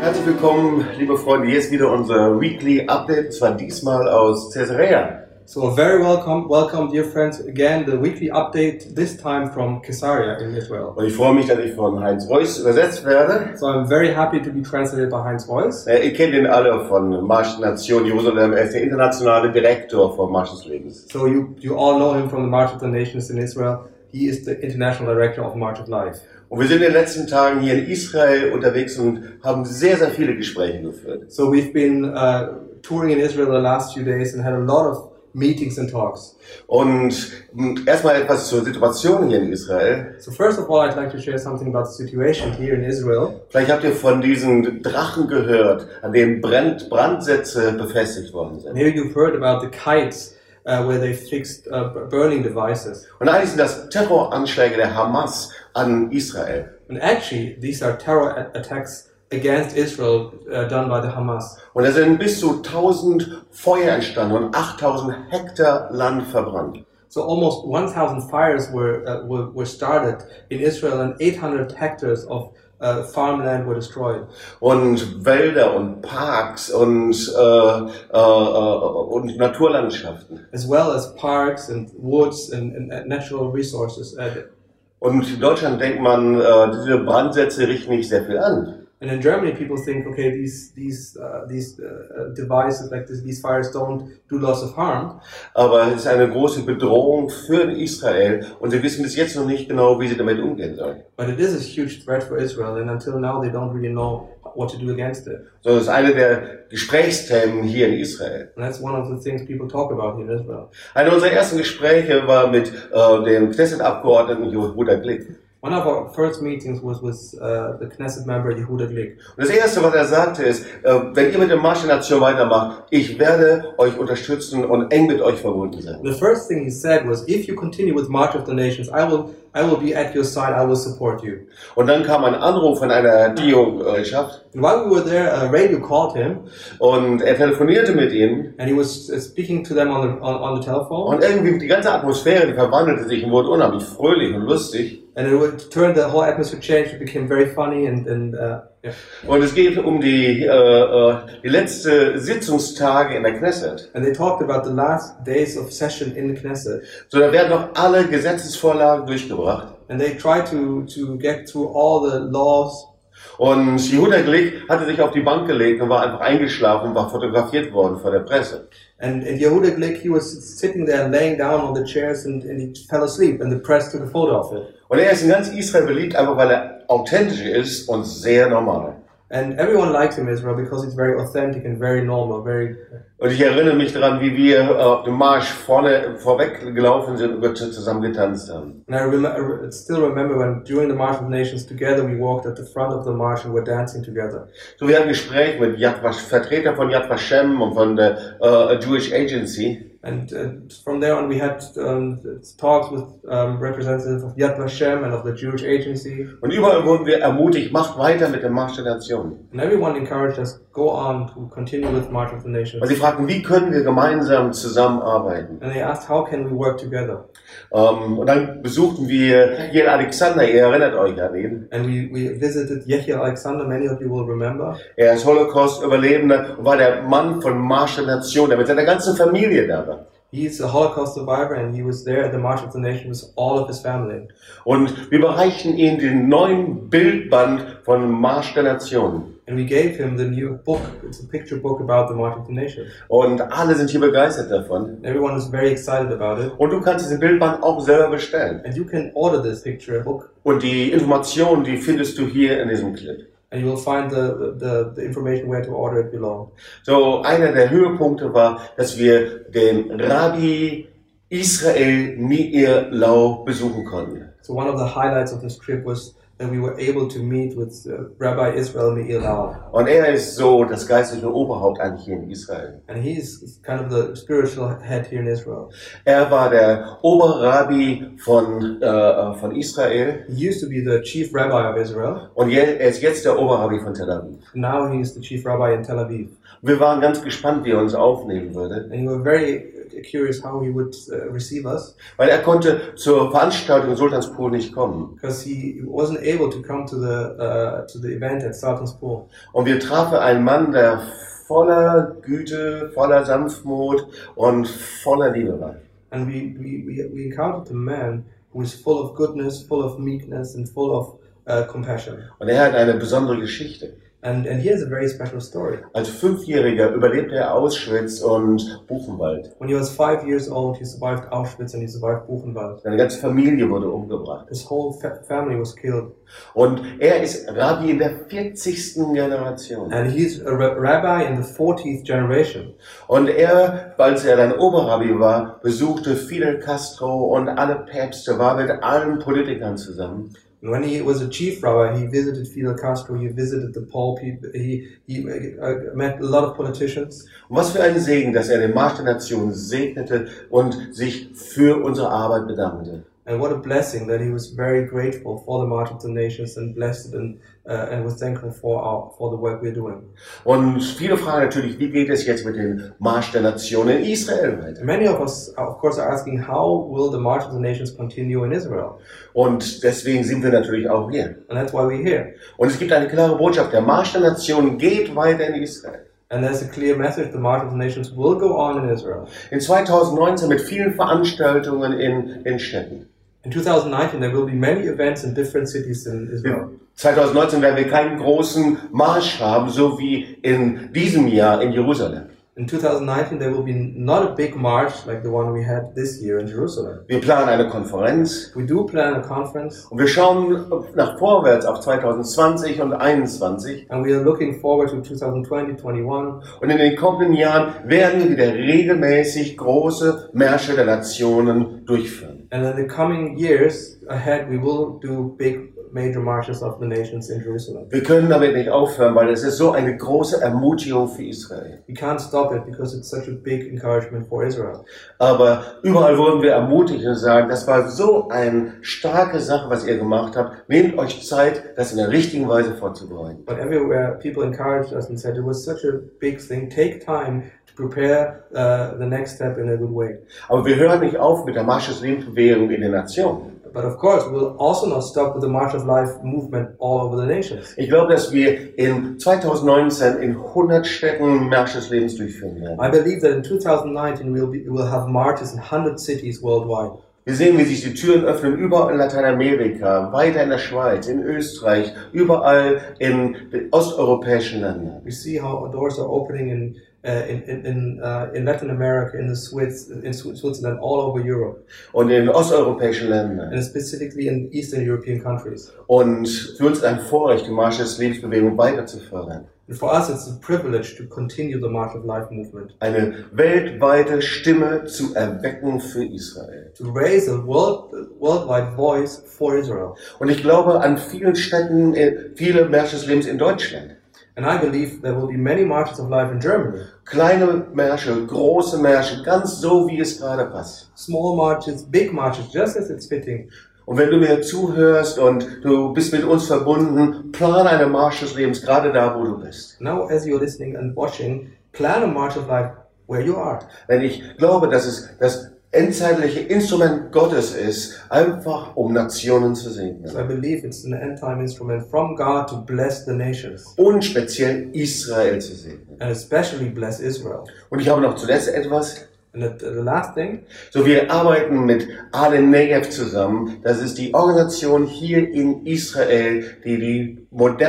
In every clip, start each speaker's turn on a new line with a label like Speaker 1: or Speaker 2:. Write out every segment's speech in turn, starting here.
Speaker 1: Herzlich willkommen, liebe Freunde. Hier ist wieder unser Weekly Update, und zwar diesmal aus Caesarea.
Speaker 2: So very welcome, welcome dear friends again, the weekly update, this time from Caesarea in Israel.
Speaker 1: Und ich freue mich, dass ich von Heinz Reuss übersetzt werde.
Speaker 2: So I'm very happy to be translated by Heinz Voice.
Speaker 1: Äh, Ihr kennt ihn alle von Marsch Nation Jerusalem. Er ist der internationale Direktor vom Marsch des Lebens.
Speaker 2: So you, you all know him from the March of the Nations in Israel. He is the international director of March of Life.
Speaker 1: Und wir sind in den letzten Tagen hier in Israel unterwegs und haben sehr, sehr viele Gespräche geführt.
Speaker 2: So we've been uh, touring in Israel the last few days and had a lot of meetings and talks.
Speaker 1: Und mh, erstmal etwas zur Situation hier in Israel.
Speaker 2: So first of all, I'd like to share something about the situation here in Israel.
Speaker 1: Vielleicht habt ihr von diesen Drachen gehört, an denen Brand Brandsätze befestigt worden sind.
Speaker 2: And here you've heard about the kites uh, where they fixed uh, b- burning devices.
Speaker 1: Und eigentlich sind das Terroranschläge der Hamas an Israel.
Speaker 2: And actually, these are terror a- attacks against Israel uh, done by the Hamas.
Speaker 1: Und da sind bis zu 1000 Feuer entstanden und 8000 Hektar Land verbrannt.
Speaker 2: So almost 1,000 fires were, uh, were were started in Israel, and 800 hectares of uh, farmland were destroyed.
Speaker 1: Und Wälder und Parks und, äh, äh, äh, und Naturlandschaften.
Speaker 2: as well as parks and woods and, and, and natural resources. Uh,
Speaker 1: Und in Deutschland denkt man, äh, diese Brandsätze richten nicht sehr viel an.
Speaker 2: and in Germany, people think, okay, these these uh, these uh, devices like this, these fires don't do lots of harm,
Speaker 1: Aber es ist eine große Bedrohung für Israel und sie wissen bis jetzt noch nicht genau, wie sie damit umgehen sollen.
Speaker 2: but it is a huge threat for Israel, and until now, they don't really know what to do against it.
Speaker 1: So, das ist eine der Gesprächsthemen hier in Israel.
Speaker 2: And that's one of the things people talk about here in Israel.
Speaker 1: Einer unserer ersten Gespräche war mit äh, dem Knesset-Abgeordneten Yehuda Glick.
Speaker 2: One of our first meetings was with uh, the Knesset member Yehuda Glick,
Speaker 1: Und das Erste, was er sagte, ist, äh, wenn ihr mit dem Marsch der Nation weitermacht, ich werde euch unterstützen und eng mit euch verbunden sein.
Speaker 2: The first thing he said was, "If you continue with March of the Nations, I will, I will be at your side. I will support you."
Speaker 1: Und dann kam ein Anruf von einer Dio-Gesellschaft
Speaker 2: And while we were there, a radio called him,
Speaker 1: und er telefonierte mit ihnen
Speaker 2: and he was uh, speaking to them on the on, on the telephone,
Speaker 1: und irgendwie die ganze Atmosphäre, die verwandelte sich und wurde unheimlich fröhlich und lustig.
Speaker 2: and it would turn the whole atmosphere changed. It became very funny, and and uh, yeah.
Speaker 1: Und es geht um die, äh, äh, die letzte Sitzungstage in der Knesset.
Speaker 2: and they talked about the last days of session in the Knesset,
Speaker 1: So, da werden noch alle Gesetzesvorlagen durchgebracht.
Speaker 2: and they tried to to get through all the laws.
Speaker 1: Und Yehuda Glick hatte sich auf die Bank gelegt und war einfach eingeschlafen und war fotografiert worden von der Presse.
Speaker 2: And, and Yehuda Glick, he was sitting there laying down on the chairs and, and he fell asleep and the press took a photo of it.
Speaker 1: Und er ist in ganz Israel beliebt, einfach weil er authentisch ist und sehr normal.
Speaker 2: And everyone likes him Israel because it's very authentic and very normal, very.
Speaker 1: Und ich erinnere mich daran, wie wir äh, auf dem Marsch vorne vorweg gelaufen sind und wir zu- zusammen getanzt haben.
Speaker 2: And I, rem- I re- still remember when during the March of Nations together we walked at the front of the march and were dancing together.
Speaker 1: So, wir hatten ein Gespräch mit Yad Vash, Vertreter von Yad Vashem und von der äh, Jewish Agency.
Speaker 2: And uh, from there on, we had um, talks with um, representatives of Yad Vashem and of the Jewish Agency,
Speaker 1: Und überall wurden wir ermutigt, macht weiter mit dem Marsch der Nation.
Speaker 2: and everyone encouraged us go on to continue with March of the
Speaker 1: Und
Speaker 2: Nations.
Speaker 1: sie fragten, wie können wir gemeinsam zusammenarbeiten?
Speaker 2: And they asked how can we work together,
Speaker 1: Ähm, und dann besuchten wir Jan Alexander, ihr erinnert euch an ihn.
Speaker 2: and we, we visited Yehiel Alexander. Many of you will remember.
Speaker 1: Er ist Holocaust-Überlebender und war der Mann von Marsch der Nation, der mit seiner ganzen Familie da war.
Speaker 2: He's a Holocaust survivor, and he was there at the March of the Nations with all of his family.
Speaker 1: Und wir überreichten ihm den neuen Bildband von Marsch der Nation.
Speaker 2: And we gave him the new book. It's a picture book about the March of the Nations.
Speaker 1: Und alle sind hier begeistert davon.
Speaker 2: Everyone is very excited about it.
Speaker 1: Und du kannst diesen Bildband auch selber bestellen.
Speaker 2: And you can order this picture book,
Speaker 1: Und die Informationen, die findest du hier in diesem Clip.
Speaker 2: and you will find the, the, the information where to order it below.
Speaker 1: So, einer der Höhepunkte war, dass wir den Rabbi Israel Meir Lau besuchen konnten.
Speaker 2: So one of the highlights of this trip was that we were able to meet with uh, Rabbi Israel Meir Lau.
Speaker 1: Und er ist so das geistliche Oberhaupt eigentlich hier in Israel.
Speaker 2: And he's kind of the spiritual head here in Israel.
Speaker 1: Er war der Oberrabbi von, äh, von Israel
Speaker 2: He used to be the chief rabbi of Israel.
Speaker 1: und je, er ist jetzt der Oberrabbi von Tel Aviv.
Speaker 2: Now he's the chief rabbi in Tel Aviv.
Speaker 1: Wir waren ganz gespannt, wie er uns aufnehmen würde,
Speaker 2: And we were very curious how he would uh, receive us
Speaker 1: weil er konnte zur Veranstaltung Sultanspool nicht kommen.
Speaker 2: because he wasn't able to come to the uh, to the event at Sarton's Pool.
Speaker 1: Und wir trafen einen Mann, der voller Güte, voller Sanftmut und voller Liebe war.
Speaker 2: And we, we, we, we encountered a man who is full of goodness, full of meekness, and full of uh, compassion.
Speaker 1: Und er hat eine besondere Geschichte.
Speaker 2: And, and he has a very special story.
Speaker 1: Als Fünfjähriger überlebte er Auschwitz und Buchenwald.
Speaker 2: When he was five years old, he survived Auschwitz and he survived Buchenwald.
Speaker 1: Seine ganze Familie wurde umgebracht.
Speaker 2: His whole fa- family was killed.
Speaker 1: Und er ist Rabbi in der 40. Generation.
Speaker 2: And he's a ra- rabbi in the 40th generation.
Speaker 1: Und er, als er dann Oberrabbi war, besuchte Fidel Castro und alle Päpste, war mit allen Politikern zusammen.
Speaker 2: And when he was a chief rabbi, he visited Fidel Castro, he visited the Pope, he, he, he uh, met a lot of politicians.
Speaker 1: Und was für ein Segen, dass er den Marsch der Nation segnete und sich für unsere Arbeit bedankte.
Speaker 2: And what a blessing that he was very grateful for the March of the Nations and blessed and, uh, and was thankful for, our, for the work we're doing.
Speaker 1: Und viele fragen natürlich, wie geht es jetzt mit dem Marsch der Nation in Israel weiter?
Speaker 2: Many of us, uh, of course, are asking how will the March of the Nations continue in Israel?
Speaker 1: Und deswegen sind wir natürlich auch hier.
Speaker 2: And that's why we're here.
Speaker 1: Und es gibt eine klare Botschaft, der Marsch der Nation geht weiter in Israel.
Speaker 2: And there's a clear message the March of the Nations will go on in Israel.
Speaker 1: In 2019 mit vielen Veranstaltungen in den Städten.
Speaker 2: In 2019, there will be many events in different cities in Israel.
Speaker 1: 2019 werden wir keinen großen Marsch haben, so wie in diesem Jahr in Jerusalem.
Speaker 2: In 2019, there will be not a big march like the one we had this year in Jerusalem.
Speaker 1: Wir planen eine Konferenz
Speaker 2: We do plan a conference
Speaker 1: und wir schauen nach vorwärts auf 2020 und 2021.
Speaker 2: and we are looking forward to 2020 21.
Speaker 1: Und in den kommenden Jahren werden wir wieder regelmäßig große Märsche der Nationen durchführen.
Speaker 2: And in the coming years ahead, we will do big major marches of the nations in Jerusalem.
Speaker 1: Wir können damit nicht aufhören, weil es ist so eine große Ermutigung für Israel.
Speaker 2: We can't stop it because it's such a big encouragement for Israel.
Speaker 1: Aber überall wurden wir ermutigt und sagen, das war so eine starke Sache, was ihr gemacht habt. Nehmt euch Zeit, das in der richtigen Weise vorzubereiten.
Speaker 2: But everywhere, people encouraged us and said it was such a big thing. Take time to prepare uh, the next step in a good way.
Speaker 1: Aber wir hören nicht auf mit der Marsch des Lebensbewegung in den Nationen.
Speaker 2: But of course, we'll also not stop with the March of Life movement all over the nations.
Speaker 1: Ich glaube, dass wir in 2019 in 100 Städten Marsch des Lebens durchführen werden.
Speaker 2: I believe that in 2019 we'll, be, we'll have marches in 100 cities worldwide.
Speaker 1: Wir sehen, wie sich die Türen öffnen, überall in Lateinamerika, weiter in der Schweiz, in Österreich, überall in den osteuropäischen Ländern.
Speaker 2: We see how doors are opening in uh, in in in, uh, in Latin America, in the Swiss, in Swi- Switzerland, all over Europe,
Speaker 1: und in osteuropäischen Ländern.
Speaker 2: and specifically in Eastern European countries.
Speaker 1: Und für uns ein Vorrecht, die Marsch des Lebensbewegung weiter zu fördern.
Speaker 2: And for us, it's a privilege to continue the March of Life movement,
Speaker 1: Eine weltweite Stimme zu erwecken für Israel.
Speaker 2: to raise a world worldwide voice for Israel.
Speaker 1: Und ich glaube an vielen Städten, äh, viele Märsche des Lebens in Deutschland.
Speaker 2: And I believe there will be many marches of life in Germany.
Speaker 1: Kleine Märsche, große Märsche, ganz so, wie es gerade passt.
Speaker 2: Small marches, big marches, just as it's fitting.
Speaker 1: Und wenn du mir zuhörst und du bist mit uns verbunden, plan eine Marsch des Lebens gerade da, wo du bist.
Speaker 2: Now, as you're listening and watching, plan a march of life where you are.
Speaker 1: Denn ich glaube, dass es das endzeitliche Instrument Gottes ist, einfach um Nationen zu segnen.
Speaker 2: So I believe it's an end time instrument from God to bless the nations
Speaker 1: Und speziell Israel zu segnen.
Speaker 2: and especially bless Israel.
Speaker 1: Und ich habe noch zuletzt etwas.
Speaker 2: And the, the last thing,
Speaker 1: So, wir arbeiten mit Aden Negev zusammen. Das ist die Organisation hier in Israel, die die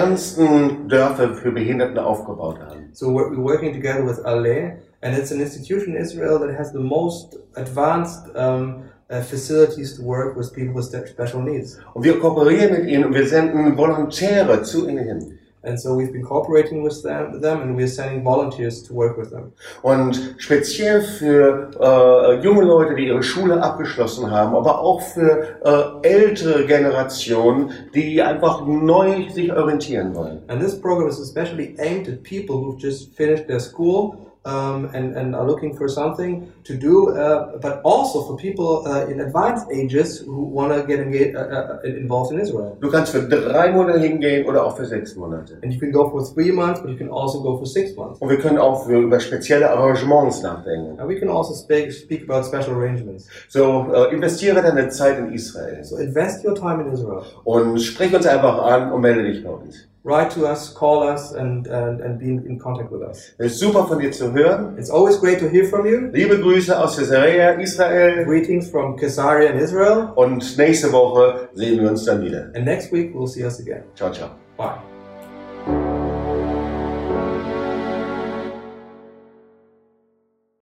Speaker 1: modernsten Dörfer für Behinderten aufgebaut haben.
Speaker 2: so we're, we're working together with Ale, and it's an institution in Israel that has the most advanced um, uh, facilities to work with people with spe- special needs.
Speaker 1: Und wir kooperieren mit ihnen und wir senden Volontäre zu ihnen hin.
Speaker 2: And so we've been cooperating with them, them and we're sending volunteers to work with them.
Speaker 1: Und speziell für äh, junge Leute, die ihre Schule abgeschlossen haben, aber auch für äh, ältere Generationen, die einfach neu sich orientieren wollen.
Speaker 2: And this program is especially aimed at people who've just finished their school um, and, and are looking for something to do, uh, but also for people uh, in advanced ages who want to get engaged, uh, uh, involved in Israel.
Speaker 1: Du kannst für drei Monate hingehen oder auch für sechs Monate.
Speaker 2: And you can go for three months, but you can also go for six months.
Speaker 1: Und wir können auch für- über spezielle Arrangements nachdenken.
Speaker 2: And we can also speak, speak about special arrangements.
Speaker 1: So, äh, investiere deine Zeit in Israel
Speaker 2: So invest your time in Israel.
Speaker 1: und sprich uns einfach an und melde dich bei uns.
Speaker 2: Write to us, call us, and, and, and be in contact with us.
Speaker 1: Es ist super von dir zu hören.
Speaker 2: It's always great to hear from you.
Speaker 1: Liebe Grüße aus Caesarea, Israel.
Speaker 2: Greetings from Caesarea in Israel.
Speaker 1: Und nächste Woche sehen wir uns dann wieder.
Speaker 2: And next week, we'll see us again.
Speaker 1: Ciao, ciao.
Speaker 2: Bye.